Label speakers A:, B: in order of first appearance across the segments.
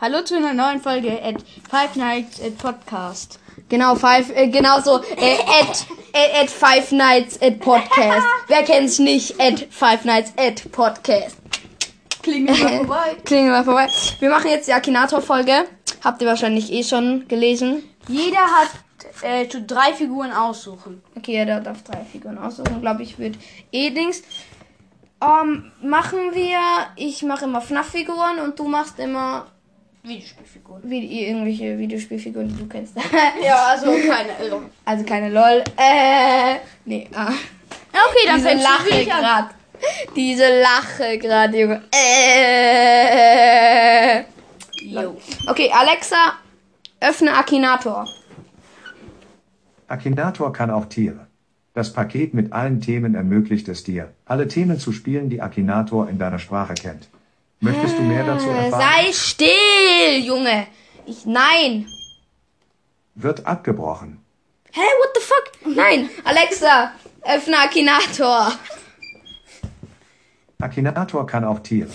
A: Hallo zu einer neuen Folge at Five Nights at Podcast.
B: Genau, five, äh, genau so, äh, at, äh, at, at Five Nights at Podcast. Wer kennt's nicht? At Five Nights at Podcast.
A: Klingel mal vorbei.
B: Klingel mal vorbei. Wir machen jetzt die Akinator-Folge. Habt ihr wahrscheinlich eh schon gelesen.
A: Jeder hat äh, zu drei Figuren aussuchen.
B: Okay, jeder darf drei Figuren aussuchen. Glaube ich, wird eh Dings. Ähm, machen wir, ich mache immer FNAF-Figuren und du machst immer
A: Videospielfiguren.
B: wie, irgendwelche Videospielfiguren, die du kennst.
A: Ja, also keine. Also.
B: also keine LOL. Äh, nee, ah.
A: Okay, dann
B: Diese
A: fängst du
B: Lache
A: wirklich an.
B: grad. Diese Lache grad, Junge. Äh.
A: Jo.
B: Okay, Alexa, öffne Akinator.
C: Akinator kann auch Tiere. Das Paket mit allen Themen ermöglicht es dir, alle Themen zu spielen, die Akinator in deiner Sprache kennt. Möchtest du mehr dazu
B: Äh,
C: erfahren?
B: Sei still, Junge. Ich, nein.
C: Wird abgebrochen.
B: Hä, what the fuck? Nein, Alexa, öffne Akinator.
C: Akinator kann auch Tiere.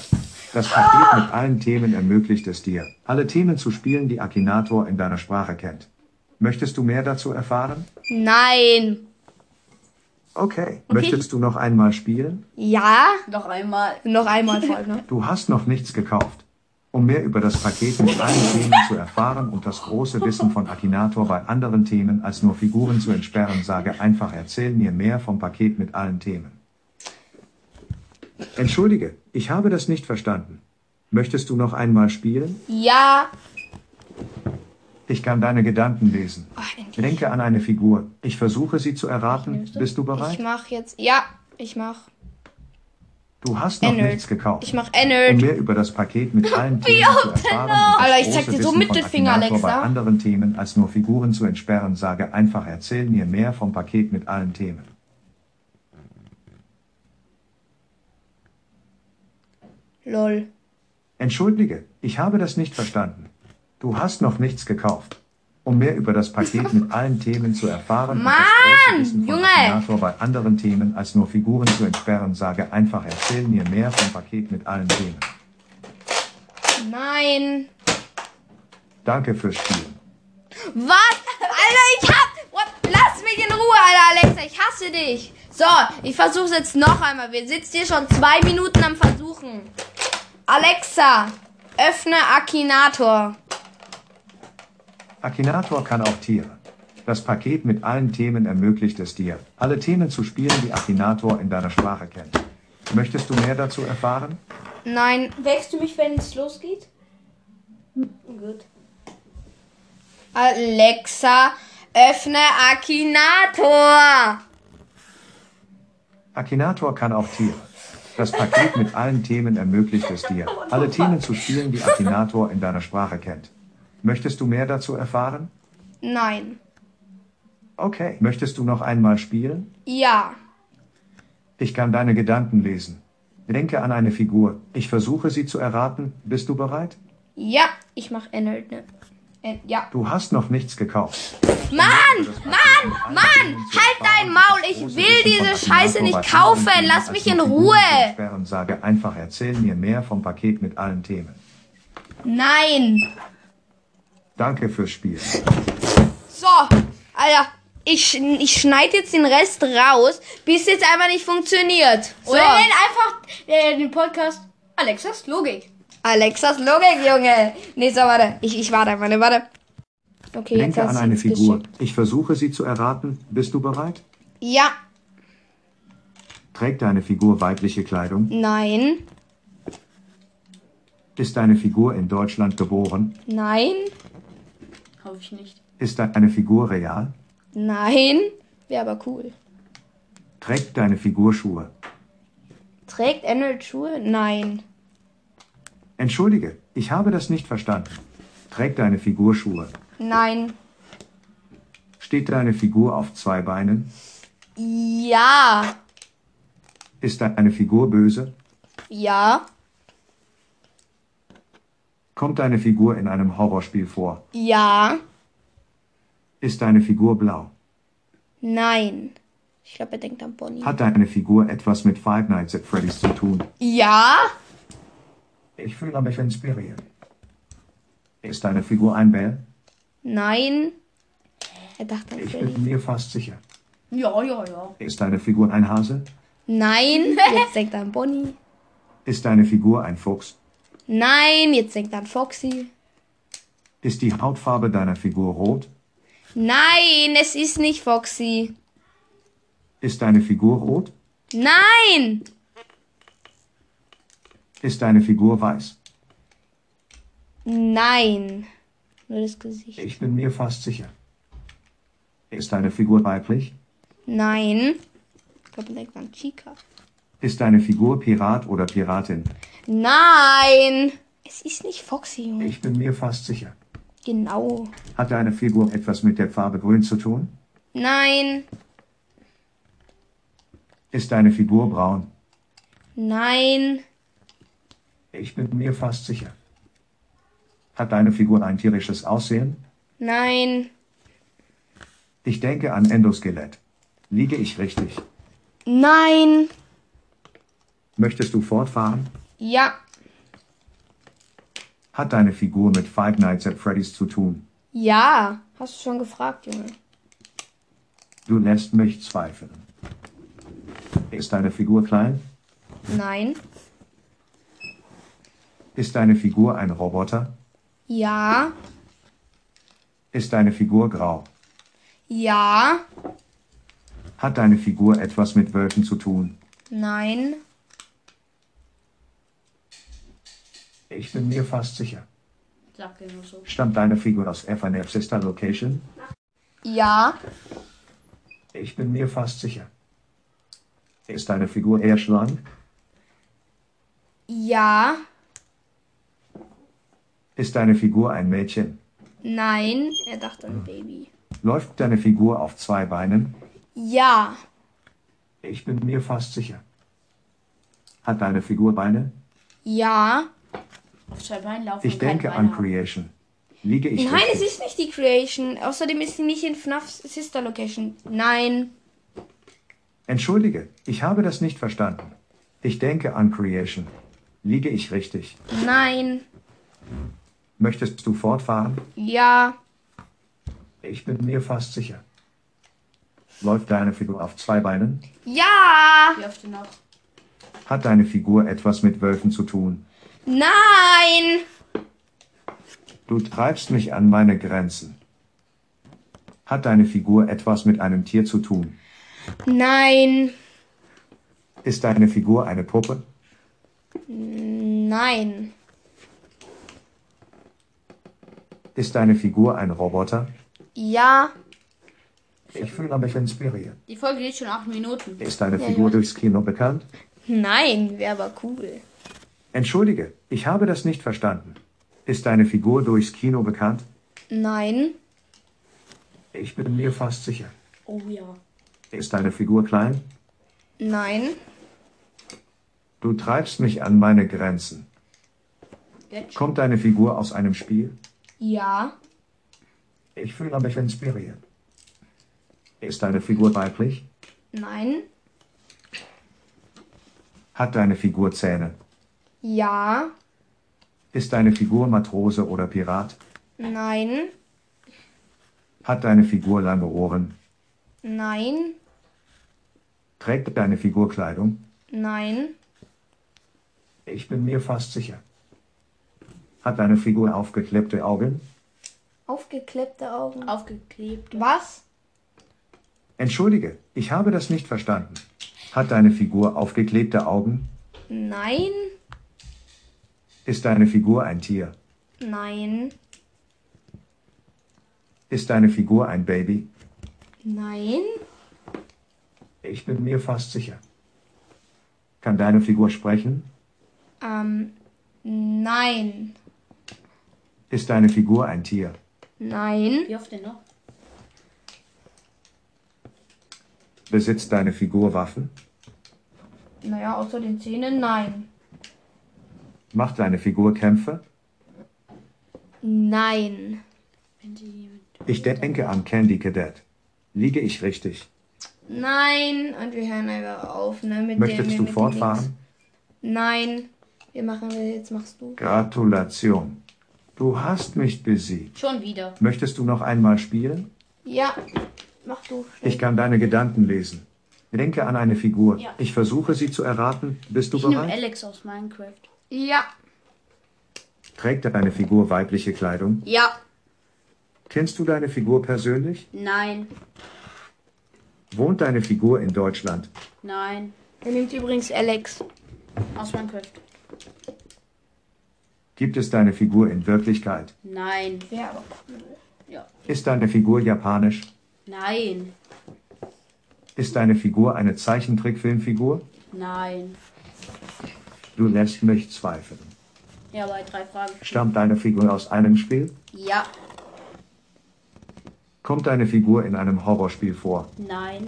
C: Das Paket mit allen Themen ermöglicht es dir, alle Themen zu spielen, die Akinator in deiner Sprache kennt. Möchtest du mehr dazu erfahren?
B: Nein.
C: Okay. Möchtest du noch einmal spielen?
B: Ja?
A: Noch einmal.
B: Noch einmal voll, ne?
C: Du hast noch nichts gekauft. Um mehr über das Paket mit allen Themen zu erfahren und das große Wissen von Akinator bei anderen Themen als nur Figuren zu entsperren, sage einfach erzähl mir mehr vom Paket mit allen Themen. Entschuldige, ich habe das nicht verstanden. Möchtest du noch einmal spielen?
B: Ja.
C: Ich kann deine Gedanken lesen.
B: Oh, endlich.
C: Denke an eine Figur. Ich versuche sie zu erraten. Bist du
B: Ich
C: bereit?
B: mach jetzt. Ja, ich mach.
C: Du hast noch
B: Ennard.
C: nichts gekauft.
B: Ich mach
C: Um
B: Ennard.
C: mehr über das Paket mit allen Themen zu erfahren und das
B: Alter, ich zeig
C: große
B: dir so
C: Wissen von
B: Mittelfinger,
C: Akinator
B: Alexa.
C: bei anderen Themen als nur Figuren zu entsperren, sage einfach erzähl mir mehr vom Paket mit allen Themen.
B: Lol.
C: Entschuldige, ich habe das nicht verstanden. Du hast noch nichts gekauft. Um mehr über das Paket mit allen Themen zu erfahren und das
B: Mann,
C: große Wissen von
B: Junge!
C: Akinator bei anderen Themen als nur Figuren zu entsperren, sage einfach erzähl mir mehr vom Paket mit allen Themen.
B: Nein.
C: Danke fürs Spielen.
B: Was? Alter, ich hab. What? Lass mich in Ruhe, Alter, Alexa. Ich hasse dich. So, ich versuch's jetzt noch einmal. Wir sitzen hier schon zwei Minuten am Versuchen. Alexa, öffne Akinator.
C: Akinator kann auch Tiere. Das Paket mit allen Themen ermöglicht es dir, alle Themen zu spielen, die Akinator in deiner Sprache kennt. Möchtest du mehr dazu erfahren?
B: Nein.
A: Wächst du mich, wenn es losgeht? Gut.
B: Alexa, öffne Akinator.
C: Akinator kann auch Tiere. Das Paket mit allen Themen ermöglicht es dir, alle Themen zu spielen, die Akinator in deiner Sprache kennt. Möchtest du mehr dazu erfahren?
B: Nein.
C: Okay. Möchtest du noch einmal spielen?
B: Ja.
C: Ich kann deine Gedanken lesen. Denke an eine Figur. Ich versuche sie zu erraten. Bist du bereit?
B: Ja. Ich mach Ennard, ne? En- ja.
C: Du hast noch nichts gekauft.
B: Mann! Mann! Mann! Halt dein Maul! Ich will diese Scheiße nicht kaufen! Lass mich in Ruhe!
C: Und sage einfach, erzähl mir mehr vom Paket mit allen Themen.
B: Nein!
C: Danke fürs Spiel.
B: So, Alter, ich, schn- ich schneide jetzt den Rest raus, bis jetzt einfach nicht funktioniert. So.
A: Oder nenn einfach äh, den Podcast Alexas Logik.
B: Alexas Logik, Junge. Nee, so, warte. Ich, ich warte einfach, ne, warte. Okay, jetzt
C: Denke
B: hast
C: an
B: du
C: eine
B: es
C: Figur.
B: geschickt.
C: Ich versuche sie zu erraten. Bist du bereit?
B: Ja,
C: Trägt deine Figur weibliche Kleidung?
B: nein,
C: Ist deine Figur in Deutschland geboren?
B: nein,
A: Hoffe ich nicht.
C: Ist deine Figur real?
B: nein. Wäre aber cool.
C: Trägt deine Figur Schuhe?
B: Trägt Emerald Schuhe? Nein.
C: Entschuldige, ich habe das nicht verstanden. Trägt deine Figur Schuhe?
B: Nein.
C: Steht deine Figur auf zwei Beinen?
B: Ja.
C: Ist deine Figur böse?
B: Ja.
C: Kommt deine Figur in einem Horrorspiel vor?
B: Ja.
C: Ist deine Figur blau?
B: Nein. Ich glaube, er denkt an Bonnie.
C: Hat deine Figur etwas mit Five Nights at Freddy's zu tun?
B: Ja.
C: Ich fühle mich inspiriert. Ist deine Figur ein Bell?
B: Nein. Er dachte an
C: Ich
B: Freddy.
C: bin mir fast sicher.
A: Ja, ja, ja.
C: Ist deine Figur ein Hase?
B: Nein. Jetzt denkt er an Bonnie.
C: Ist deine Figur ein Fuchs?
B: Nein. Jetzt denkt er an Foxy.
C: Ist die Hautfarbe deiner Figur rot?
B: Nein, es ist nicht Foxy.
C: Ist deine Figur rot?
B: Nein.
C: Ist deine Figur weiß?
B: Nein. Nur das Gesicht.
C: Ich bin mir fast sicher. Ist deine Figur weiblich?
B: Nein. Ich glaube, er denkt an Chica.
C: Ist deine Figur Pirat oder Piratin?
B: Nein. Es ist nicht Foxy, Junge.
C: Ich bin mir fast sicher.
B: Genau.
C: Hat deine Figur etwas mit der Farbe grün zu tun?
B: Nein.
C: Ist deine Figur braun?
B: Nein.
C: Ich bin mir fast sicher. Hat deine Figur ein tierisches Aussehen?
B: Nein.
C: Ich denke an Endoskelett. Liege ich richtig?
B: Nein.
C: Möchtest du fortfahren?
B: Ja.
C: Hat deine Figur mit Five Nights at Freddy's zu tun?
B: Ja. Hast du schon gefragt, Junge.
C: Du lässt mich zweifeln. Ist deine Figur klein?
B: Nein.
C: Ist deine Figur ein Roboter?
B: Ja.
C: Ist deine Figur grau?
B: Ja.
C: Hat deine Figur etwas mit Wölfen zu tun?
B: Nein.
C: Ich bin mir fast sicher.
A: Sag genau so.
C: Stammt deine Figur aus FNF Sister Location?
B: Ja.
C: Ich bin mir fast sicher. Ist deine Figur eher schlank?
B: Ja.
C: Ist deine Figur ein Mädchen?
B: Nein. Er dachte an Baby.
C: Läuft deine Figur auf zwei Beinen?
B: Ja.
C: Ich bin mir fast sicher. Hat deine Figur Beine?
B: Ja.
A: Auf zwei Beinen laufen.
C: Ich
A: und keine
C: denke
A: Beine
C: an
A: haben.
C: Creation. Liege ich
B: Nein, es
C: richtig?
B: ist nicht die Creation. Außerdem ist sie nicht in FNAF Sister Location. Nein.
C: Entschuldige, ich habe das nicht verstanden. Ich denke an Creation. Liege ich richtig?
B: Nein.
C: Möchtest du fortfahren?
B: Ja.
C: Ich bin mir fast sicher. Läuft deine Figur auf zwei Beinen?
B: Ja.
A: Wie oft denn noch?
C: Hat deine Figur etwas mit Wölfen zu tun?
B: Nein.
C: Du treibst mich an meine Grenzen. Hat deine Figur etwas mit einem Tier zu tun?
B: Nein.
C: Ist deine Figur eine Puppe?
B: Nein.
C: Ist deine Figur ein Roboter?
B: Ja.
C: Ich fühle mich inspiriert.
A: Die Folge geht schon acht Minuten.
C: Ist deine Figur durchs Kino bekannt?
B: Nein. Wäre aber cool.
C: Entschuldige, ich habe das nicht verstanden. Ist deine Figur durchs Kino bekannt?
B: Nein.
C: Ich bin mir fast sicher.
A: Oh ja.
C: Ist deine Figur klein?
B: Nein.
C: Du treibst mich an meine Grenzen.
A: Jetzt schon.
C: Kommt deine Figur aus einem Spiel?
B: Ja.
C: Ich fühle mich inspiriert. Ist deine Figur weiblich?
B: Nein.
C: Hat deine Figur Zähne?
B: Ja.
C: Ist deine Figur Matrose oder Pirat?
B: Nein.
C: Hat deine Figur lange Ohren?
B: Nein.
C: Trägt deine Figur Kleidung?
B: Nein.
C: Ich bin mir fast sicher. Hat deine Figur aufgeklebte Augen?
B: Aufgeklebte Augen.
A: Aufgeklebt.
B: Was?
C: Entschuldige, ich habe das nicht verstanden. Hat deine Figur aufgeklebte Augen?
B: Nein.
C: Ist deine Figur ein Tier?
B: Nein.
C: Ist deine Figur ein Baby?
B: Nein.
C: Ich bin mir fast sicher. Kann deine Figur sprechen?
B: Ähm. Nein.
C: Ist deine Figur ein Tier?
B: Nein.
A: Wie oft denn noch?
C: Besitzt deine Figur Waffen?
B: Naja, außer den Zähnen, nein.
C: Macht deine Figur Kämpfe?
B: Nein.
A: Wenn sie jemand.
C: Ich denke an Candy Cadet. Liege ich richtig?
B: Nein. Und wir hören einfach auf, ne? Mit dem,
C: Möchtest
B: mit
C: du
B: dem
C: fortfahren?
B: Dings. Nein. Wir machen, jetzt machst du.
C: Gratulation. Du hast mich besiegt.
A: Schon wieder.
C: Möchtest du noch einmal spielen?
B: Ja. Mach du. schnell.
C: Ich kann deine Gedanken lesen. Denke an eine Figur.
A: Ja.
C: Ich versuche sie zu erraten. Bist du
A: Ich nehme
C: bereit?
A: Alex aus Minecraft.
B: Ja.
C: Trägt deine Figur weibliche Kleidung?
B: Ja.
C: Kennst du deine Figur persönlich?
A: Nein,
C: Wohnt deine Figur in Deutschland?
A: nein,
B: Er nimmt übrigens Alex.
A: aus Minecraft.
C: Gibt es deine Figur in Wirklichkeit?
A: Nein,
B: Ja, aber.
C: Ist deine Figur japanisch?
A: nein,
C: Ist deine Figur eine Zeichentrickfilmfigur?
A: nein.
C: Du lässt mich zweifeln.
A: Ja, bei drei Fragen.
C: Stammt deine Figur aus einem Spiel?
A: Ja,
C: Kommt deine Figur in einem Horrorspiel vor?
A: nein,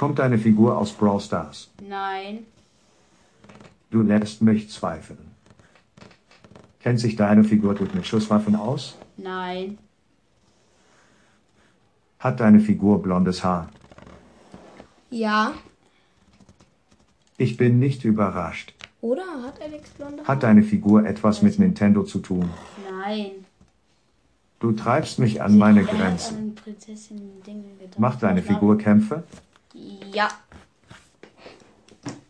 C: Kommt deine Figur aus Brawl Stars?
A: nein,
C: Du lässt mich zweifeln. Kennt sich deine Figur gut mit Schusswaffen aus?
A: nein,
C: Hat deine Figur blondes Haar?
B: Ja.
C: Ich bin nicht überrascht.
B: Oder hat Alex blonde
C: Hat deine Figur etwas mit Nintendo zu tun?
A: nein.
C: Du treibst mich an meine
A: Er hat
C: Grenzen.
A: an Prinzessin Dinge gedacht.
C: Macht deine Figur Kämpfe?
A: Ja,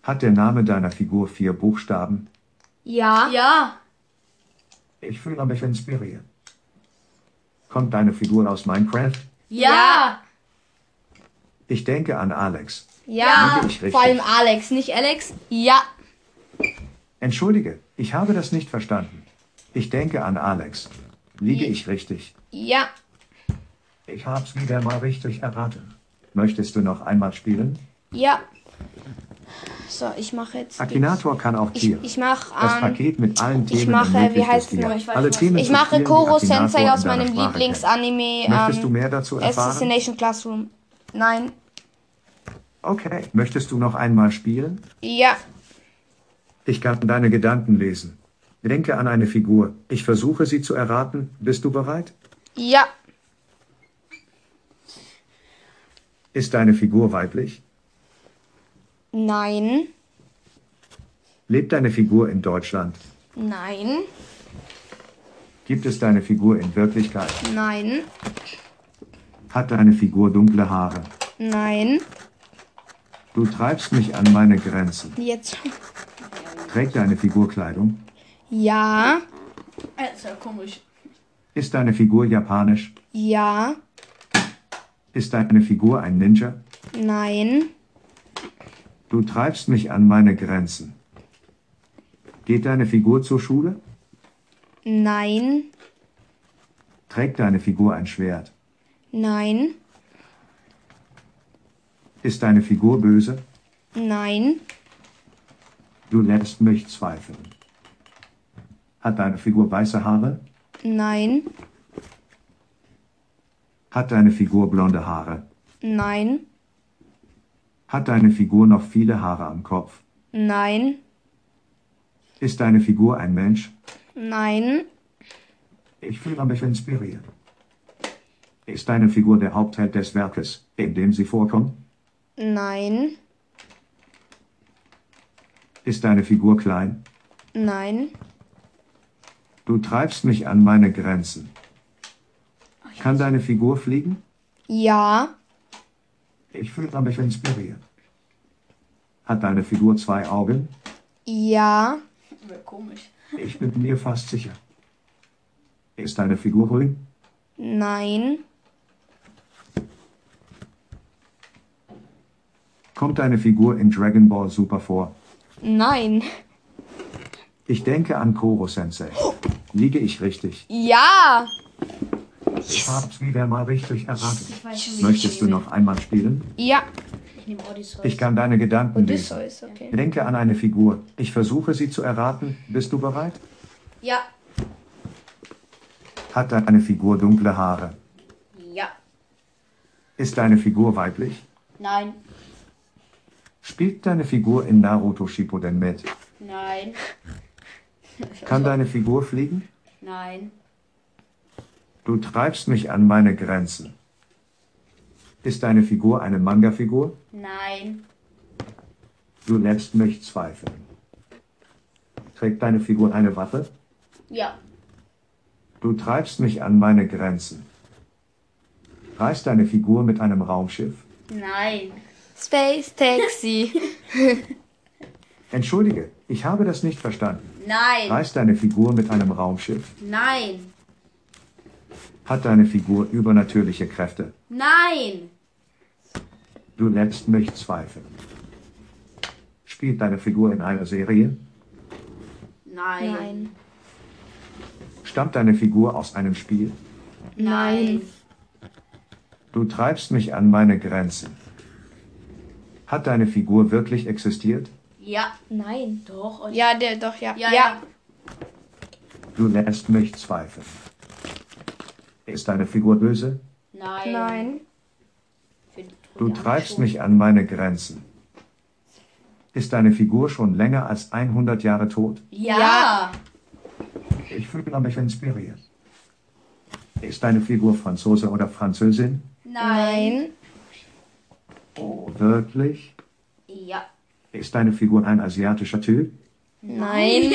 C: Hat der Name deiner Figur vier Buchstaben?
B: Ja.
A: ja,
C: Ich fühle mich inspiriert. Kommt deine Figur aus Minecraft?
A: ja,
C: Ich denke an Alex.
B: Ja.
C: Liege ich richtig?
B: Vor allem Alex, nicht Alex? Ja.
C: Entschuldige, ich habe das nicht verstanden. Ich denke an Alex. Liege ich richtig?
B: Ja.
C: Ich hab's wieder mal richtig erraten. Möchtest du noch einmal spielen?
B: Ja. So, ich mache jetzt.
C: Akinator kann auch
B: Ich,
C: Tier.
B: ich mache.
C: Das
B: Ähm,
C: Paket mit allen Themen
B: mache, wie
C: ermöglicht es
B: heißt es
C: dir,
B: noch? Ich weiß
C: alle
A: nicht.
C: Themen
B: ich
C: zu
B: mache
C: spielen, die
B: Koro
C: Akinator
B: Sensei
C: in
B: aus
C: deiner
B: meinem
C: Sprache kennt.
B: Lieblingsanime.
C: Möchtest du
B: Ähm,
C: mehr dazu erfahren?
B: Assassination Classroom. Nein.
C: Okay. Möchtest du noch einmal spielen?
B: Ja.
C: Ich kann deine Gedanken lesen. Denke an eine Figur. Ich versuche sie zu erraten. Bist du bereit?
B: Ja.
C: Ist deine Figur weiblich?
B: Nein.
C: Lebt deine Figur in Deutschland?
B: Nein.
C: Gibt es deine Figur in Wirklichkeit?
B: Nein.
C: Hat deine Figur dunkle Haare?
B: Nein.
C: Du treibst mich an meine Grenzen.
B: Jetzt.
C: Trägt deine Figur Kleidung?
B: Ja.
A: das Äh, ist ja komisch.
C: Ist deine Figur japanisch?
B: Ja.
C: Ist deine Figur ein Ninja?
B: Nein.
C: Du treibst mich an meine Grenzen. Geht deine Figur zur Schule?
B: Nein.
C: Trägt deine Figur ein Schwert?
B: Nein.
C: Ist deine Figur böse?
B: Nein.
C: Du lässt mich zweifeln. Hat deine Figur weiße Haare?
B: Nein.
C: Hat deine Figur blonde Haare?
B: Nein.
C: Hat deine Figur noch viele Haare am Kopf?
B: Nein.
C: Ist deine Figur ein Mensch?
B: Nein.
C: Ich fühle mich inspiriert. Ist deine Figur der Hauptheld des Werkes, in dem sie vorkommt?
B: Nein.
C: Ist deine Figur klein?
B: Nein.
C: Du treibst mich an meine Grenzen. Kann deine Figur fliegen?
B: Ja.
C: Ich fühle mich inspiriert. Hat deine Figur zwei Augen?
B: Ja.
A: Wäre Äh, komisch.
C: Ich bin mir fast sicher. Ist deine Figur grün?
B: Nein.
C: Kommt deine Figur in Dragon Ball Super vor?
B: Nein.
C: Ich denke an Koro Sensei. Liege ich richtig?
B: Ja.
C: Ich hab's wieder mal richtig erraten.
A: Ich weiß schon, wie
C: Möchtest
A: ich
C: du noch einmal spielen?
B: Ja.
A: Ich nehme Odysseus.
C: Ich kann deine Gedanken lesen.
B: Odysseus, okay.
C: Denke an eine Figur. Ich versuche sie zu erraten. Bist du bereit?
B: Ja.
C: Hat deine Figur dunkle Haare?
A: Ja,
C: Ist deine Figur weiblich?
A: nein,
C: Spielt deine Figur in Naruto Shippuden mit?
A: nein,
C: Kann deine Figur fliegen?
A: nein,
C: Du treibst mich an meine Grenzen. Ist deine Figur eine Manga-Figur?
A: nein,
C: Du lässt mich zweifeln. Trägt deine Figur eine Waffe?
A: ja,
C: Du treibst mich an meine Grenzen. Reist deine Figur mit einem Raumschiff?
D: Nein.
B: Space Taxi.
C: Entschuldige, ich habe das nicht verstanden.
D: Nein.
C: Reist deine Figur mit einem Raumschiff?
D: Nein.
C: Hat deine Figur übernatürliche Kräfte?
D: Nein.
C: Du lässt mich zweifeln. Spielt deine Figur in einer Serie?
D: Nein. Nein.
B: Nein.
C: Stammt deine Figur aus einem Spiel?
B: Nein.
C: Du treibst mich an meine Grenzen. Hat deine Figur wirklich existiert?
D: Ja.
B: Nein.
D: Doch. Und
B: Ja, der, doch, ja.
D: Ja, ja.
C: Du lässt mich zweifeln. Ist deine Figur böse?
D: Nein.
B: Nein.
D: Für die
C: Du
D: Trojaner
C: treibst
D: schon.
C: mich an meine Grenzen. Ist deine Figur schon länger als 100 Jahre tot?
D: Ja.
B: Ja.
C: Ich fühle mich inspiriert. Ist deine Figur Franzose oder Französin?
D: Nein.
C: Oh, wirklich?
D: Ja.
C: Ist deine Figur ein asiatischer Typ?
B: Nein.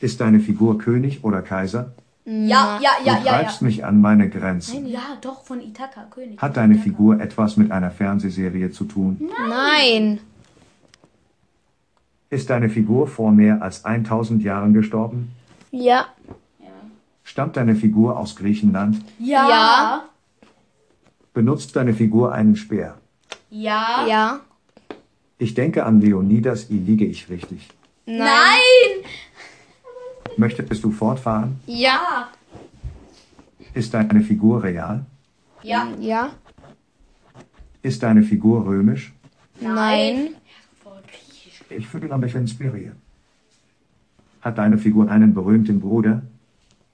C: Ist deine Figur König oder Kaiser?
D: Ja, ja, ja,
C: du
D: ja, ja.
C: treibst mich an meine Grenzen.
D: Ja, doch, von Ithaka, König.
C: Hat deine Figur etwas mit einer Fernsehserie zu tun?
B: Nein.
C: Ist deine Figur vor mehr als 1000 Jahren gestorben?
B: Ja.
D: Ja.
C: Stammt deine Figur aus Griechenland?
D: Ja.
C: Benutzt deine Figur einen Speer?
D: Ja.
B: Ja.
C: Ich denke an Leonidas I. Liege ich richtig?
D: Nein.
C: Möchtest du fortfahren?
B: Ja.
C: Ist deine Figur real?
D: Ja.
B: Ja.
C: Ist deine Figur römisch?
B: Nein.
C: Ich fühle mich inspiriert. Hat deine Figur einen berühmten Bruder?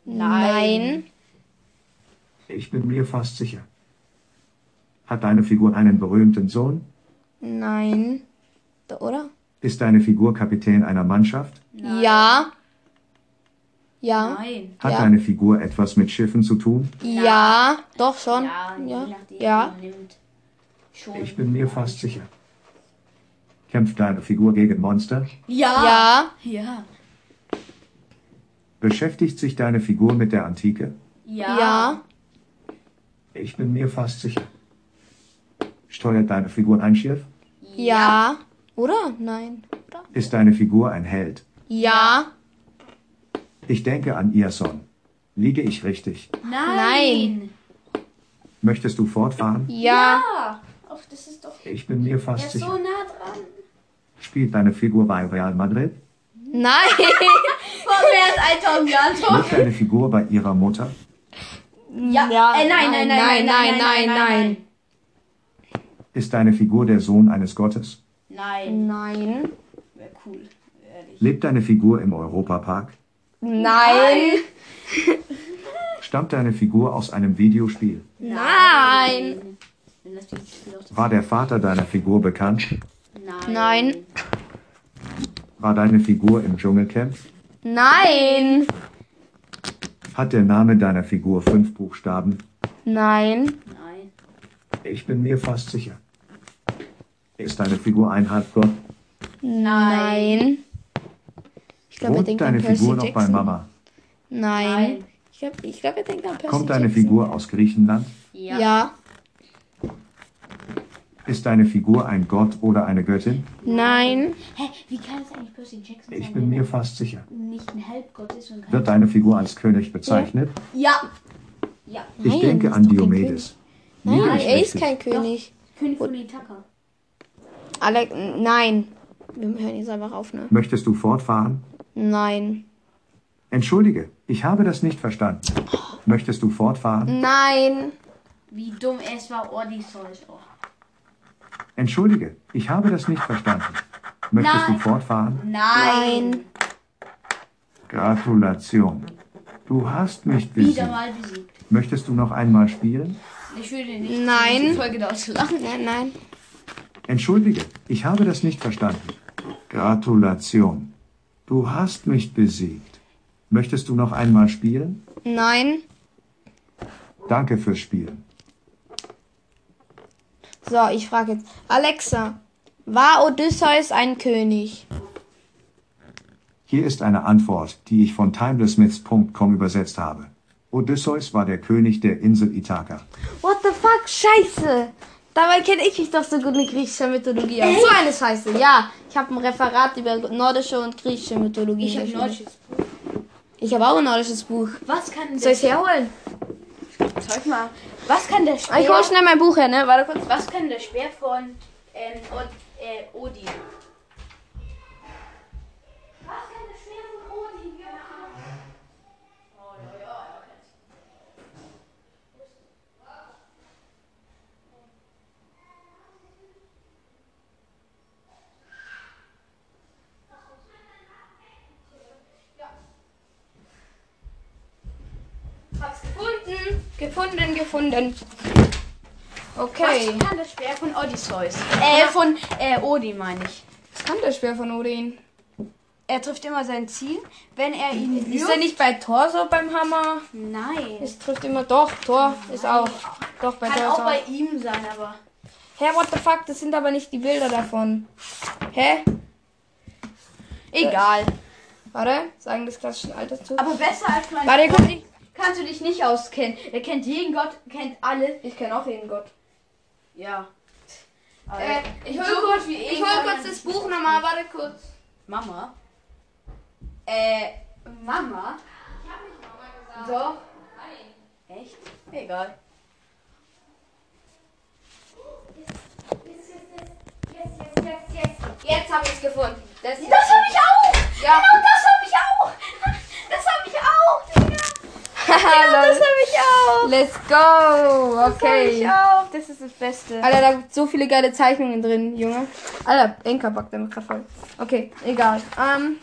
B: Nein.
C: Ich bin mir fast sicher. Hat deine Figur einen berühmten Sohn?
B: Nein. Da, Oder?
C: Ist deine Figur Kapitän einer Mannschaft?
B: Ja. Ja.
D: Nein.
C: Hat
B: Ja.
C: deine Figur etwas mit Schiffen zu tun?
B: Ja. Doch schon.
D: Ja, je
B: Ja.
D: nachdem,
B: Ja.
D: wie man nimmt.
C: Ich
D: Schon.
C: bin mir fast sicher. Kämpft deine Figur gegen Monster?
D: Ja.
B: Ja.
D: Ja.
C: Beschäftigt sich deine Figur mit der Antike?
B: Ja.
C: Ich bin mir fast sicher. Steuert deine Figur ein Schiff?
B: Ja. Oder? Nein. Oder?
C: Ist deine Figur ein Held?
B: Ja.
C: Ich denke an Iason. Liege ich richtig?
D: Nein.
C: Möchtest du fortfahren?
B: Ja.
D: Ja. Ach, Ah, das ist doch
C: Ich bin mir fast
D: er ist so
C: sicher.
D: nah dran.
C: Spielt deine Figur bei Real Madrid?
B: Nein.
D: Vor mehr als 1000 Jahren schon.
C: Lebt deine Figur bei ihrer Mutter?
D: Ja.
B: Ja.
D: Äh, nein, nein, nein, nein, nein, nein, nein,
C: Ist deine Figur der Sohn eines Gottes?
D: nein.
B: Nein.
D: Wäre cool, ehrlich.
C: Lebt deine Figur im Europapark?
B: Nein.
C: Stammt deine Figur aus einem Videospiel?
B: Nein.
D: Wenn das die Spiel aus-
C: War der Vater deiner Figur bekannt?
D: Nein.
B: Nein.
C: War deine Figur im Dschungelcamp?
B: Nein.
C: Hat der Name deiner Figur fünf Buchstaben?
B: Nein.
D: Nein.
C: Ich bin mir fast sicher. Ist deine Figur ein Halbgott?
B: Nein. Ich glaube, er
C: Wohnt
B: denkt
C: deine
B: an Percy
C: Figur noch
B: Jackson.
C: bei Mama?
B: Nein. Ich glaube, ich glaub, er denkt an Percy
C: Kommt deine
B: Jackson.
C: Figur aus Griechenland?
D: Ja.
B: Ja. ja.
C: Ist deine Figur ein Gott oder eine Göttin?
B: Nein.
D: Hä, wie kann es eigentlich Percy Jackson
C: Ich
D: sein,
C: bin
D: wenn
C: mir fast sicher.
D: er nicht ein Halbgott ist und kein...
C: Wird deine Figur als König bezeichnet?
D: Ja. Ja.
C: Ich
B: Nein,
C: denke
B: ist
C: an
B: doch kein
C: Diomedes.
B: Nein,
C: Liege ich
B: er ist
C: richtig?
B: kein König.
D: König von Ithaka.
B: Alle, nein. Wir hören jetzt einfach auf, ne?
C: Möchtest du fortfahren?
B: Nein.
C: Entschuldige, ich habe das nicht verstanden. Möchtest du fortfahren?
B: Nein.
D: Wie dumm es war, Odysseus. Oh.
C: Entschuldige, ich habe das nicht verstanden. Möchtest du
D: Nein.
C: fortfahren?
D: Nein.
C: Gratulation. Du hast mich
D: Wieder
C: besiegt.
D: mal besiegt.
C: Möchtest du noch einmal spielen?
D: Ich würde nicht
B: Nein.
D: diese Folge dauert zu lang.
B: Nein, nein.
C: Entschuldige, ich habe das nicht verstanden. Gratulation. Du hast mich besiegt. Möchtest du noch einmal spielen?
B: Nein.
C: Danke fürs Spielen.
B: So, ich frage jetzt. Alexa, war Odysseus ein König?
C: Hier ist eine Antwort, die ich von timelessmiths.com übersetzt habe. Odysseus war der König der Insel Ithaka.
A: What the fuck? Scheiße. Dabei kenne ich mich doch so gut in griechischer Mythologie aus. So eine Scheiße, ja. Ich habe ein Referat über nordische und griechische Mythologie.
D: Ich habe
A: geschrieben.
D: Deutsches.
A: Ich habe auch ein nordisches Buch.
D: Was kann
A: Soll
D: der...
A: ich herholen?
D: Zeig mal. Was kann der
A: Ah, Ich
D: Speer...
A: hole schnell mein Buch her, ne? Warte kurz.
D: Was kann der Speer von ähm, Od äh, Odin? Was kann der Speer von Odin?
B: Hab's gefunden. Gefunden, gefunden. Okay.
D: Was kann der Speer von Odysseus?
B: Ja.
D: Äh, von äh, Odin meine ich.
B: Was kann der Speer von Odin?
D: Er trifft immer sein Ziel, wenn er ihn
B: Ist er
D: wirft.
B: nicht bei Thor so beim Hammer?
D: Nein.
B: Es trifft immer doch. Tor ist auch. Doch, bei
D: Kann
B: Tor ist
D: auch
B: auch.
D: bei ihm sein, aber.
B: Hä, what the fuck? Das sind aber nicht die Bilder davon. Hä?
D: Egal.
B: Warte, sagen das klassische Alter zu.
D: Aber besser als mein.
B: Warte, guck. Ich,
D: Kannst du dich nicht auskennen. Er kennt jeden Gott, kennt alle.
B: ich kenne auch jeden Gott.
D: Ja.
B: Äh, ich hol
D: So
B: kurz,
D: gut wie
B: ich hol
D: irgendeiner
B: kurz das Buch nochmal. Warte kurz.
D: Mama. Äh, Mama? Ich hab nicht Mama gesagt. Doch. Nein. Echt? Egal.
B: Jetzt habe ich es gefunden. Das ist
D: Das hab ich auch!
B: Ja.
D: Genau das hab ich auch! Das hab ich auch, Digga!
B: Hallo.
D: hab ich auch!
B: Let's go. Okay.
D: hab ich auch! Das ist das Beste.
B: Alter, da gibt so viele geile Zeichnungen drin, Junge. Alter, Enker packt damit gerade voll. Okay, egal. Ähm,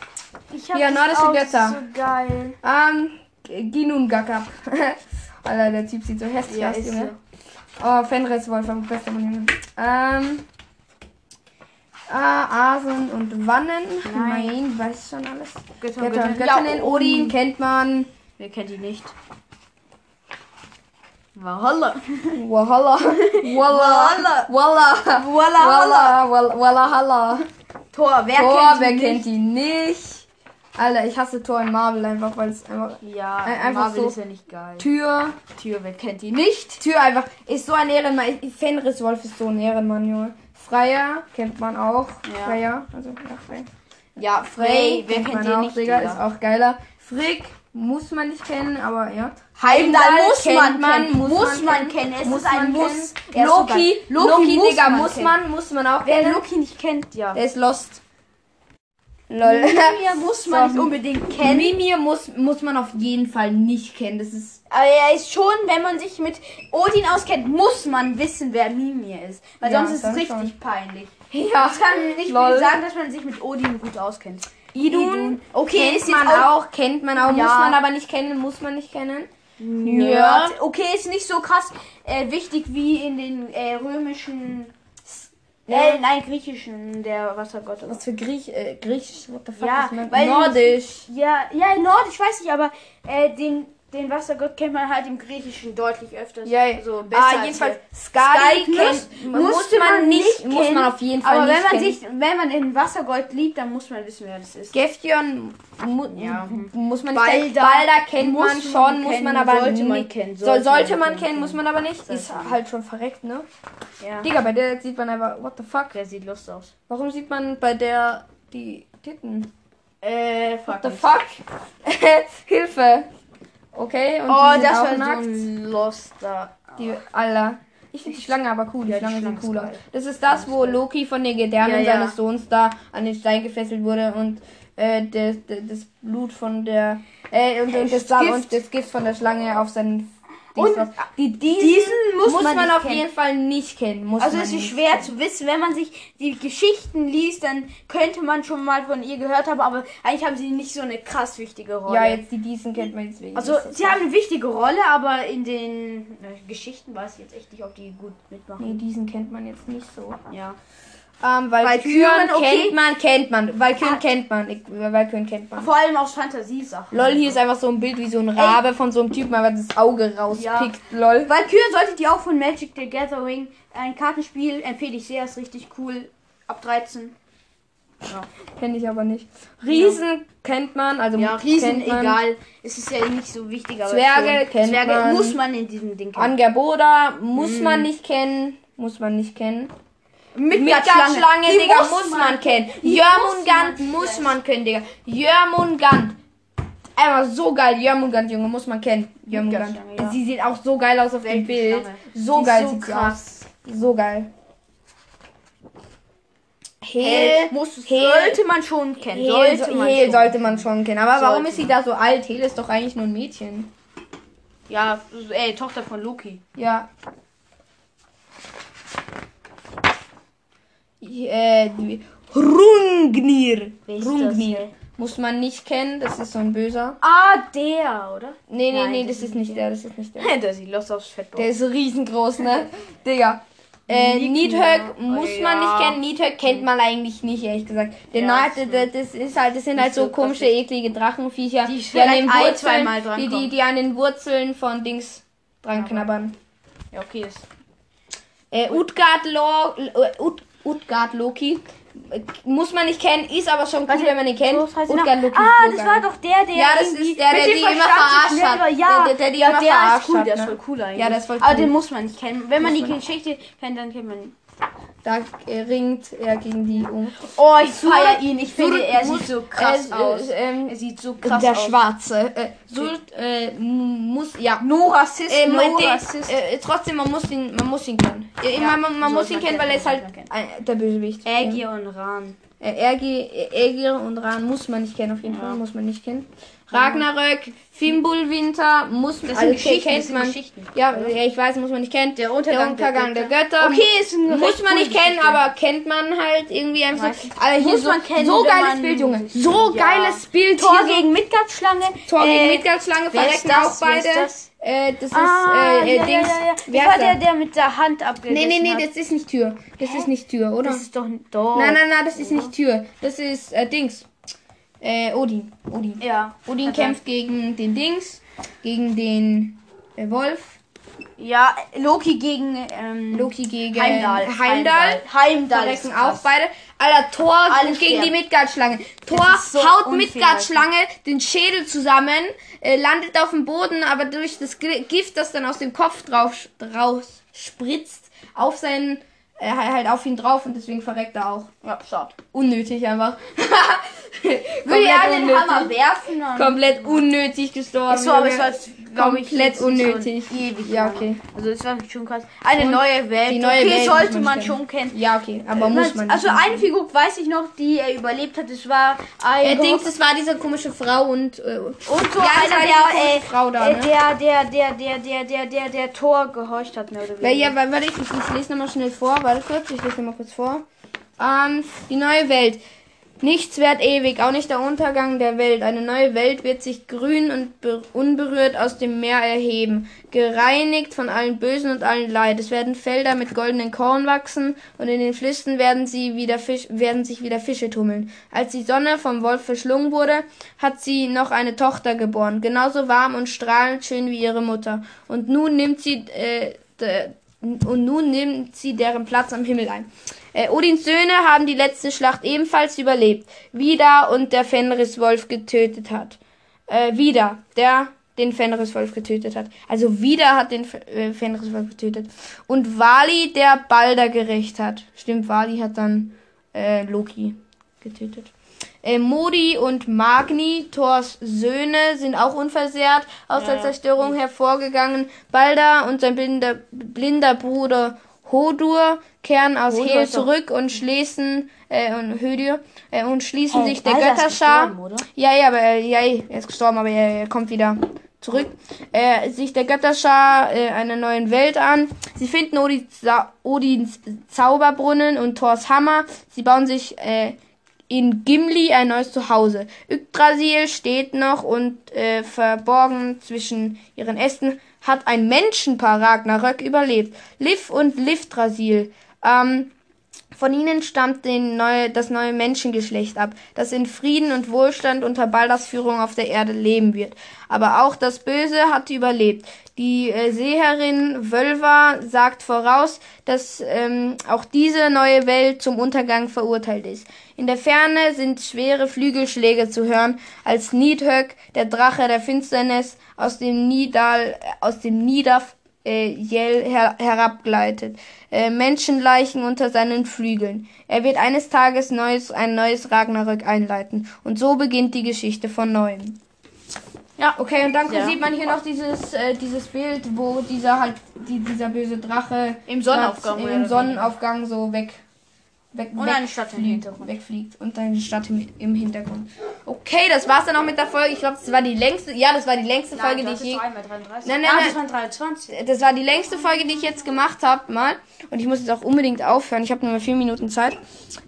D: Ich hab
B: Ja, na, das sind Götter.
D: so geil.
B: ähm, Ginun Gakap. Alter, der Typ sieht so hässlich
D: Ja,
B: aus,
D: ist
B: Junge. Oh, Fenris Wolf, am besten von ihm. Ähm, äh, Asen und Wannen. Nein, weiß schon alles.
D: Götter,
B: Götter und Göttinnen. Odin kennt man.
D: Wer kennt die nicht? Valhalla.
B: Walla. Walla. Walla.
D: Valhalla.
B: Walla. Walla. Walla.
D: Tor, wer
B: Thor,
D: kennt
B: wer
D: die
B: kennt die nicht? Alter, ich hasse Thor in Marvel einfach, weil es einfach.
D: nicht? Ja,
B: Ein- einfach
D: Marvel
B: so.
D: ist ja nicht geil.
B: Tür,
D: Tür, wer kennt die nicht?
B: Tür einfach. Ist so ein Ehrenmann. Ich- Fenris Wolf ist so ein Ehrenmann, Junge. Freya kennt man auch.
D: Ja.
B: Freya, also ja, Frey.
D: Ja,
B: Frey
D: Frey, wer kennt
B: man
D: die
B: auch,
D: nicht?
B: Digga,
D: Digga?
B: ist auch geiler. Frick muss man nicht kennen, aber ja.
D: Heimdall muss
B: kennt
D: man kennen.
B: muss, man kennen.
D: Es
B: muss
D: ist ein
B: man
D: Muss.
B: kennen.
D: Er ist so
B: Loki,
D: geil.
B: Loki,
D: Loki muss
B: Digga,
D: man
B: muss
D: kennen.
B: man, muss man auch
D: Wer
B: kennen.
D: Loki nicht kennt, ja.
B: Der ist lost. Lol.
D: Mimir muss man nicht
B: So.
D: unbedingt kennen.
B: Mimir muss, muss man auf jeden Fall nicht kennen. Das ist.
D: Aber er ist schon, wenn man sich mit Odin auskennt, muss man wissen, wer Mimir ist. Weil
B: Ja,
D: sonst ist es
B: dann
D: richtig
B: schon.
D: peinlich.
B: Ja,
D: Das kann nicht
B: Lol.
D: sagen, dass man sich mit Odin gut auskennt.
B: Idun.
D: Okay,
B: Okay,
D: ist
B: kennt
D: jetzt
B: man auch, kennt man auch,
D: Ja.
B: muss man aber nicht kennen, muss man nicht kennen.
D: Nerd. Okay, ist nicht so krass äh, wichtig wie in den äh, römischen.
B: Ja.
D: Äh, nein, griechischen, der Wassergott.
B: Was für Griech, äh, Griechisch, what the fuck
D: Ja,
B: ist man?
D: weil-
B: Nordisch.
D: Ja, ja, in Nord, ich weiß nicht, aber äh, den, den Wassergott kennt man halt im Griechischen deutlich öfters.
B: Ja,
D: so besser.
B: Ah,
D: als
B: jedenfalls,
D: hier.
B: Skadi
D: Skadi
B: kennt,
D: muss-
B: muss man nicht, muss
D: kennen,
B: man auf jeden Fall
D: Aber
B: nicht
D: wenn man
B: kennen.
D: sich, wenn man den Wassergott liebt, dann muss man wissen, wer das ist.
B: Gefjon mu
D: Ja.
B: muss man nicht
D: Balder
B: kennen. Balder kennt
D: muss
B: man
D: man
B: schon, muss
D: kennen,
B: man aber
D: sollte man
B: nicht.
D: kennen,
B: soll,
D: sollte
B: sollte
D: man
B: man kennen,
D: kennen.
B: muss man aber nicht. Ist
D: Sollte man.
B: halt schon verreckt, ne?
D: Ja.
B: Digga, bei der sieht man einfach, what the fuck?
D: Der sieht lustig aus.
B: Warum sieht man bei der die Titten?
D: Äh, fuck.
B: What the fuck? Hilfe! Okay, und
D: Oh,
B: die sind
D: das
B: auch
D: war
B: nackt.
D: so ein loster.
B: Die, Alter. Ich finde die Schlange aber cool. Die
D: Ja, die
B: Schlange
D: Schlange
B: sieht
D: ist
B: cool aus.
D: geil.
B: Das ist das, wo Loki von den Gedärmen
D: Ja, ja.
B: seines Sohns da an den Stein gefesselt wurde und äh, das, das, das Blut von der äh, und, und, das
D: Das Gift.
B: und das Gift von der Schlange auf seinen
D: Und
B: drauf. die, diesen,
D: diesen
B: muss
D: muss
B: man,
D: man nicht
B: auf
D: kennen.
B: jeden Fall nicht kennen. Muss
D: Also
B: man
D: es ist
B: nicht.
D: schwer zu wissen, wenn man sich die Geschichten liest, dann könnte man schon mal von ihr gehört haben, aber eigentlich haben sie nicht so eine krass wichtige Rolle.
B: Ja, jetzt die diesen kennt man deswegen.
D: Also,
B: nicht so
D: sie
B: krass.
D: haben eine wichtige Rolle, aber in den äh, Geschichten weiß ich jetzt echt nicht, ob die gut
B: Nee,
D: mitmachen.
B: diesen kennt man jetzt nicht so.
D: Ja.
B: Ähm, weil
D: Walküren, okay. Ah.
B: kennt man, kennt man. Walküren kennt man. Ich, Walküren kennt man.
D: Vor allem aus Fantasiesachen.
B: Lol, hier ist einfach so ein Bild wie so ein Rabe von so einem Typen, aber das Auge rauspickt. Lol.
D: Valkyrie solltet ihr auch von Magic the Gathering. Ein Kartenspiel empfehle ich sehr, ist richtig cool. Ab 13.
B: Kenne ich aber nicht. Riesen kennt man, also
A: Ja, Riesen,
B: kennt man.
A: egal. Es ist ja nicht so wichtig. Aber
B: Zwerge
A: schon.
B: kennt
A: Zwerge
B: man.
A: muss man in diesem Ding kennen.
B: Angerboda muss
A: Mhm.
B: man nicht kennen. Muss man nicht kennen.
A: Mit
B: Midgard-Schlange,
A: Die
B: Digga, muss, man kennen. Jörmungand
A: muss man
B: muss man kennen, Digga. Jörmungand. Einfach so geil. Jörmungand, Junge, muss man kennen. Jörmungand.
A: Midgard-Schlange, ja.
B: Sie sieht auch so geil aus auf dem Bild. So
A: Die ist
B: geil
A: so
B: sieht sie aus.
A: krass.
B: So geil.
A: Hel
B: Hel,
A: muss,
B: Hel-
A: sollte man schon kennen.
B: Hel,
A: Sollte man
B: Hel
A: schon.
B: Äh, sollte man schon kennen. Aber warum
A: Sollte
B: ist sie da so alt? Hel ist doch eigentlich nur ein Mädchen.
A: Ja, ey, Tochter von Loki.
B: Ja. Äh, die- Rungnir.
A: Wer ist das,
B: Rungnir.
A: ey?
B: Muss man nicht kennen, das ist so ein böser.
A: Ah, der, oder?
B: Nee, nee,
A: Nein,
B: nee,
A: das
B: das ist nicht der, das ist nicht der.
A: Der sieht los aufs Fettbau.
B: Der ist so riesengroß, ne? Digga. Äh, Niedhöck muss
A: Oh,
B: man
A: ja.
B: nicht kennen. Niedhöck kennt man eigentlich nicht, ehrlich gesagt. Der
A: Ja,
B: Neid,
A: stimmt.
B: das, das ist halt, das sind halt so
A: so
B: komische, eklige Drachenviecher,
A: Die
B: die, an
A: vielleicht
B: den
A: ein,
B: Wurzeln,
A: zweimal dran
B: die, die,
A: kommen.
B: die an den Wurzeln von Dings dran knabbern.
A: Ja, okay, ist.
B: Äh, Utgard, Lo äh, Ut Utgard Loki äh, muss man nicht kennen, ist aber schon cool, wenn man ihn kennt.
A: So, was heißt der
B: Utgard
A: noch?
B: Loki.
A: Ah,
B: ist so
A: das
B: geil.
A: war doch der, der.
B: Ja, das
A: irgendwie
B: ist der, der
A: mit dem
B: die immer
A: Verstand so
B: verarscht
A: schnell
B: hat.
A: Über, ja,
B: Der- der- der die
A: ja,
B: immer
A: der
B: verarscht
A: ist cool,
B: hat,
A: der ist
B: ne?
A: voll cool eigentlich.
B: Ja, der ist voll
A: Aber
B: cool.
A: den muss man nicht kennen. Wenn man
B: Muss
A: die
B: man nicht.
A: Geschichte kennt, dann kennt man ihn.
B: Da äh, ringt er gegen die um.
A: Oh, ich
B: feier
A: ihn. Ich
B: finde, er äh, ähm, sieht so krass aus.
A: Er sieht so krass
B: der
A: aus.
B: Schwarze. Äh, so, äh, m- muss, ja.
A: No Rassist,
B: Äh, man,
A: no
B: den,
A: Rassist.
B: äh, trotzdem, man muss ihn, man muss ihn kennen. Äh, man man, man
A: sollte
B: muss ihn
A: man
B: kennen, weil er ist halt
A: kennen, sollte
B: ein, der Bösewicht.
A: Ägir und Ran.
B: Äh, Ergi, Ägir und Ran muss man nicht kennen, auf jeden Fall muss man nicht kennen. Ragnarök, Fimbulwinter muss man,
A: Das sind
B: also
A: Geschichten,
B: kennt
A: das sind
B: man.
A: Geschichten. Also
B: Ja, ja, ich weiß, muss man nicht kennen.
A: Der Untergang
B: der,
A: der
B: Götter.
A: Okay, ist eine
B: muss
A: recht
B: man nicht
A: coole
B: kennen,
A: Geschichte.
B: aber kennt man halt irgendwie einfach. so. Also hier
A: Muss
B: so,
A: man kennen,
B: so
A: wenn
B: geiles
A: man-
B: Bild, Junge. So
A: Ja.
B: geiles Bild.
A: Tor
B: hier so,
A: gegen Midgard-Schlange.
B: Tor gegen
A: Äh,
B: Midgardschlange
A: wer ist
B: verrecken
A: das?
B: auch
A: Wer ist
B: beide.
A: das?
B: Äh, das ist
A: Ah,
B: äh, äh,
A: ja,
B: Dings.
A: ja, ja, ja.
B: Wer
A: Das war
B: ist
A: der,
B: er?
A: der mit der Hand
B: Nee,
A: abgerissen
B: nee, nee,
A: hat.
B: das ist nicht Tür. Das ist nicht Tür, oder?
A: Das ist doch ein Dorf.
B: Nein, nein, nein, das ist nicht Tür. Das ist äh, Dings. Äh, Odin. Odin.
A: Ja.
B: Odin
A: Hat er-
B: kämpft gegen den Dings, gegen den äh, Wolf,
A: Ja, Loki gegen ähm,
B: Loki gegen
A: Heimdall.
B: Heimdall.
A: Heimdall, Heimdall ist
B: Verrecken auch
A: krass.
B: beide. Alter, Thor
A: Alle
B: gegen
A: sterben.
B: die Midgard-Schlange. Thor
A: ist so
B: haut
A: unfair,
B: Midgard-Schlange den Schädel zusammen, äh, landet auf dem Boden, aber durch das Gri- Gift, das dann aus dem Kopf drauf raus spritzt, auf seinen äh, halt auf ihn drauf und deswegen verreckt er auch.
A: Ja, schade.
B: Unnötig einfach.
A: Will
B: Komplett
A: ja den
B: unnötig.
A: Hammer werfen. Dann
B: Komplett unnötig gestorben.
A: Ist so, aber
B: Junge.
A: es war, glaub ich,
B: komplett
A: jetzt nicht so
B: unnötig.
A: Ewig
B: Ja,
A: lang.
B: okay.
A: Also es war schon krass. Eine
B: Und
A: neue Welt.
B: die neue
A: okay,
B: Welt muss
A: sollte
B: man
A: man
B: kennen.
A: schon kennen.
B: Ja, okay, aber muss man nicht.
A: also eine Figur weiß ich noch, die er überlebt hat. Es war
B: Er
A: ein
B: denkt, es war diese komische Frau und. Äh,
A: und so
B: Ja, das war die
A: einer, der, äh,
B: komische Frau da,
A: äh,
B: ne?
A: der, der, der, der, der, der, der, der Tor gehorcht hat, mehr oder weniger.
B: Weil, ja, weil, warte, ich, ich, ich lese nochmal schnell vor. Warte kurz, ich lese nochmal kurz vor. Ähm, die neue Welt. Nichts währt ewig, auch nicht der Untergang der Welt. Eine neue Welt wird sich grün und be- unberührt aus dem Meer erheben, gereinigt von allen Bösen und allen Leid. Es werden Felder mit goldenen Korn wachsen und in den Flüssen werden, sie wieder Fisch, werden sich wieder Fische tummeln. Als die Sonne vom Wolf verschlungen wurde, hat sie noch eine Tochter geboren, genauso warm und strahlend schön wie ihre Mutter. Und nun nimmt sie äh, de- und nun nimmt sie deren Platz am Himmel ein. Äh, Odins Söhne haben die letzte Schlacht ebenfalls überlebt. Wieder und der Fenriswolf getötet hat. Äh, wieder, der den Fenriswolf getötet hat. Also wieder hat den Fe- äh, Fenriswolf getötet. Und Wali, der Balder gerecht hat. Stimmt, Wali hat dann äh, Loki getötet. Äh, Modi und Magni, Thors Söhne, sind auch unversehrt aus der Zerstörung hervorgegangen. Balder und sein blinder, blinder Bruder Hodur kehren aus
A: Hodur
B: Hel
A: ist doch-
B: zurück und schließen äh, und Hödur äh, und schließen
A: Hey,
B: sich der
A: Balder ist
B: Götterschar.
A: gestorben, oder?
B: Ja, ja, aber äh, ja, er ist gestorben, aber er, er kommt wieder zurück. Äh, sich der Götterschar äh, einer neuen Welt an. Sie finden Odins, Sa- Odins Zauberbrunnen und Thors Hammer. Sie bauen sich äh, in Gimli ein neues Zuhause. Yggdrasil steht noch und äh, verborgen zwischen ihren Ästen hat ein Menschenpaar Ragnarök überlebt. Liv und Livdrasil. Ähm, Von ihnen stammt den neue, das neue Menschengeschlecht ab, das in Frieden und Wohlstand unter Baldas Führung auf der Erde leben wird. Aber auch das Böse hat überlebt. Die äh, Seherin Völva sagt voraus, dass ähm, auch diese neue Welt zum Untergang verurteilt ist. In der Ferne sind schwere Flügelschläge zu hören, als Nidhögg, der Drache der Finsternis, aus dem Nidal, äh, aus dem Nidaf äh, Yell her herabgleitet, äh, Menschenleichen unter seinen Flügeln. Er wird eines Tages neues, ein neues Ragnarök einleiten. Und so beginnt die Geschichte von neuem. Ja, okay, und dann
A: Ja.
B: sieht man hier noch dieses, äh, dieses Bild, wo dieser halt, die, dieser böse Drache
A: Im Sonnenaufgang,
B: im
A: oder wie?
B: Sonnenaufgang so weg, weg,
A: Und
B: weg
A: eine Stadt im
B: fliegt-
A: Hintergrund.
B: wegfliegt und eine Stadt im, im Hintergrund. Okay, das war's dann auch mit der Folge. Ich glaube, das war die längste, ja, das war die längste Folge, die ich je Nein,
A: Nein,
B: nein,
A: nein,
B: nein.
A: Ah, Das waren 23.
B: das war die längste Folge, die ich jetzt gemacht habe, mal. Und ich muss jetzt auch unbedingt aufhören. Ich habe nur mehr vier Minuten Zeit.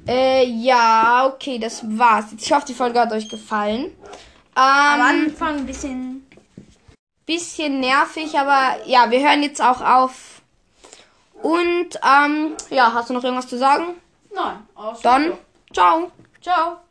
B: Äh, ja, okay, das war's. Ich hoffe, die Folge hat euch gefallen. Ähm,
A: Am Anfang ein bisschen.
B: bisschen nervig, aber ja, wir hören jetzt auch auf. Und ähm, ja, hast du noch irgendwas zu sagen?
A: Nein, aus.
B: Dann, ciao.
A: Ciao.